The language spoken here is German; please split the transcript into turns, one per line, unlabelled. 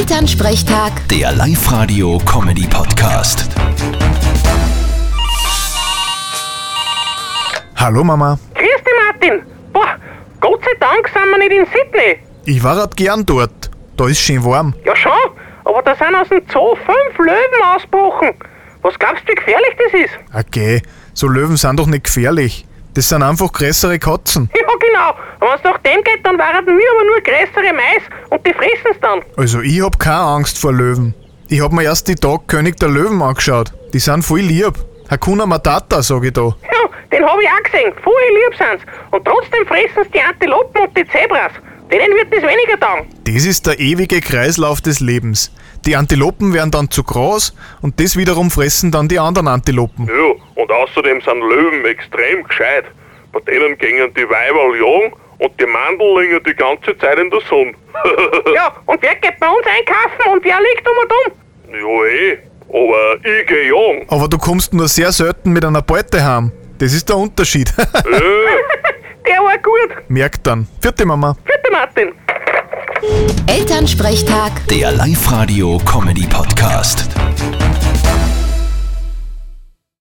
Elternsprechtag,
Der Live-Radio-Comedy-Podcast.
Hallo Mama,
Grüß dich, Martin. Boah, Gott sei Dank sind wir nicht in Sydney.
ich war ab gern dort. Da ist schön warm.
Ja schon, aber da sind aus dem Zoo fünf Löwen ausgebrochen. Was glaubst du, wie gefährlich das ist?
Okay, so Löwen sind doch nicht gefährlich. Das sind einfach größere Katzen.
Ja genau, wenn es nach dem geht, dann waren wir aber nur größere Mais und die fressen es dann.
Also ich hab keine Angst vor Löwen. Ich hab mir erst die Tag König der Löwen angeschaut. Die sind voll lieb. Hakuna Matata, sag ich da.
Ja, den habe ich auch gesehen, voll lieb sind's. Und trotzdem fressen die Antilopen und die Zebras. Denen wird das weniger taugen.
Das ist der ewige Kreislauf des Lebens. Die Antilopen werden dann zu groß und das wiederum fressen dann die anderen Antilopen.
Ja, und außerdem sind Löwen extrem gescheit. Bei denen gingen die Weiberl jung und die Mandellinge die ganze Zeit in der Sonne.
Ja, und wer geht bei uns einkaufen und wer liegt um und um?
ja eh, aber ich geh jung.
Aber du kommst nur sehr selten mit einer Beute heim. Das ist der Unterschied.
Der war gut.
Merkt dann. Vierte Mama.
Vierte Martin.
Elternsprechtag.
Der Live-Radio-Comedy-Podcast.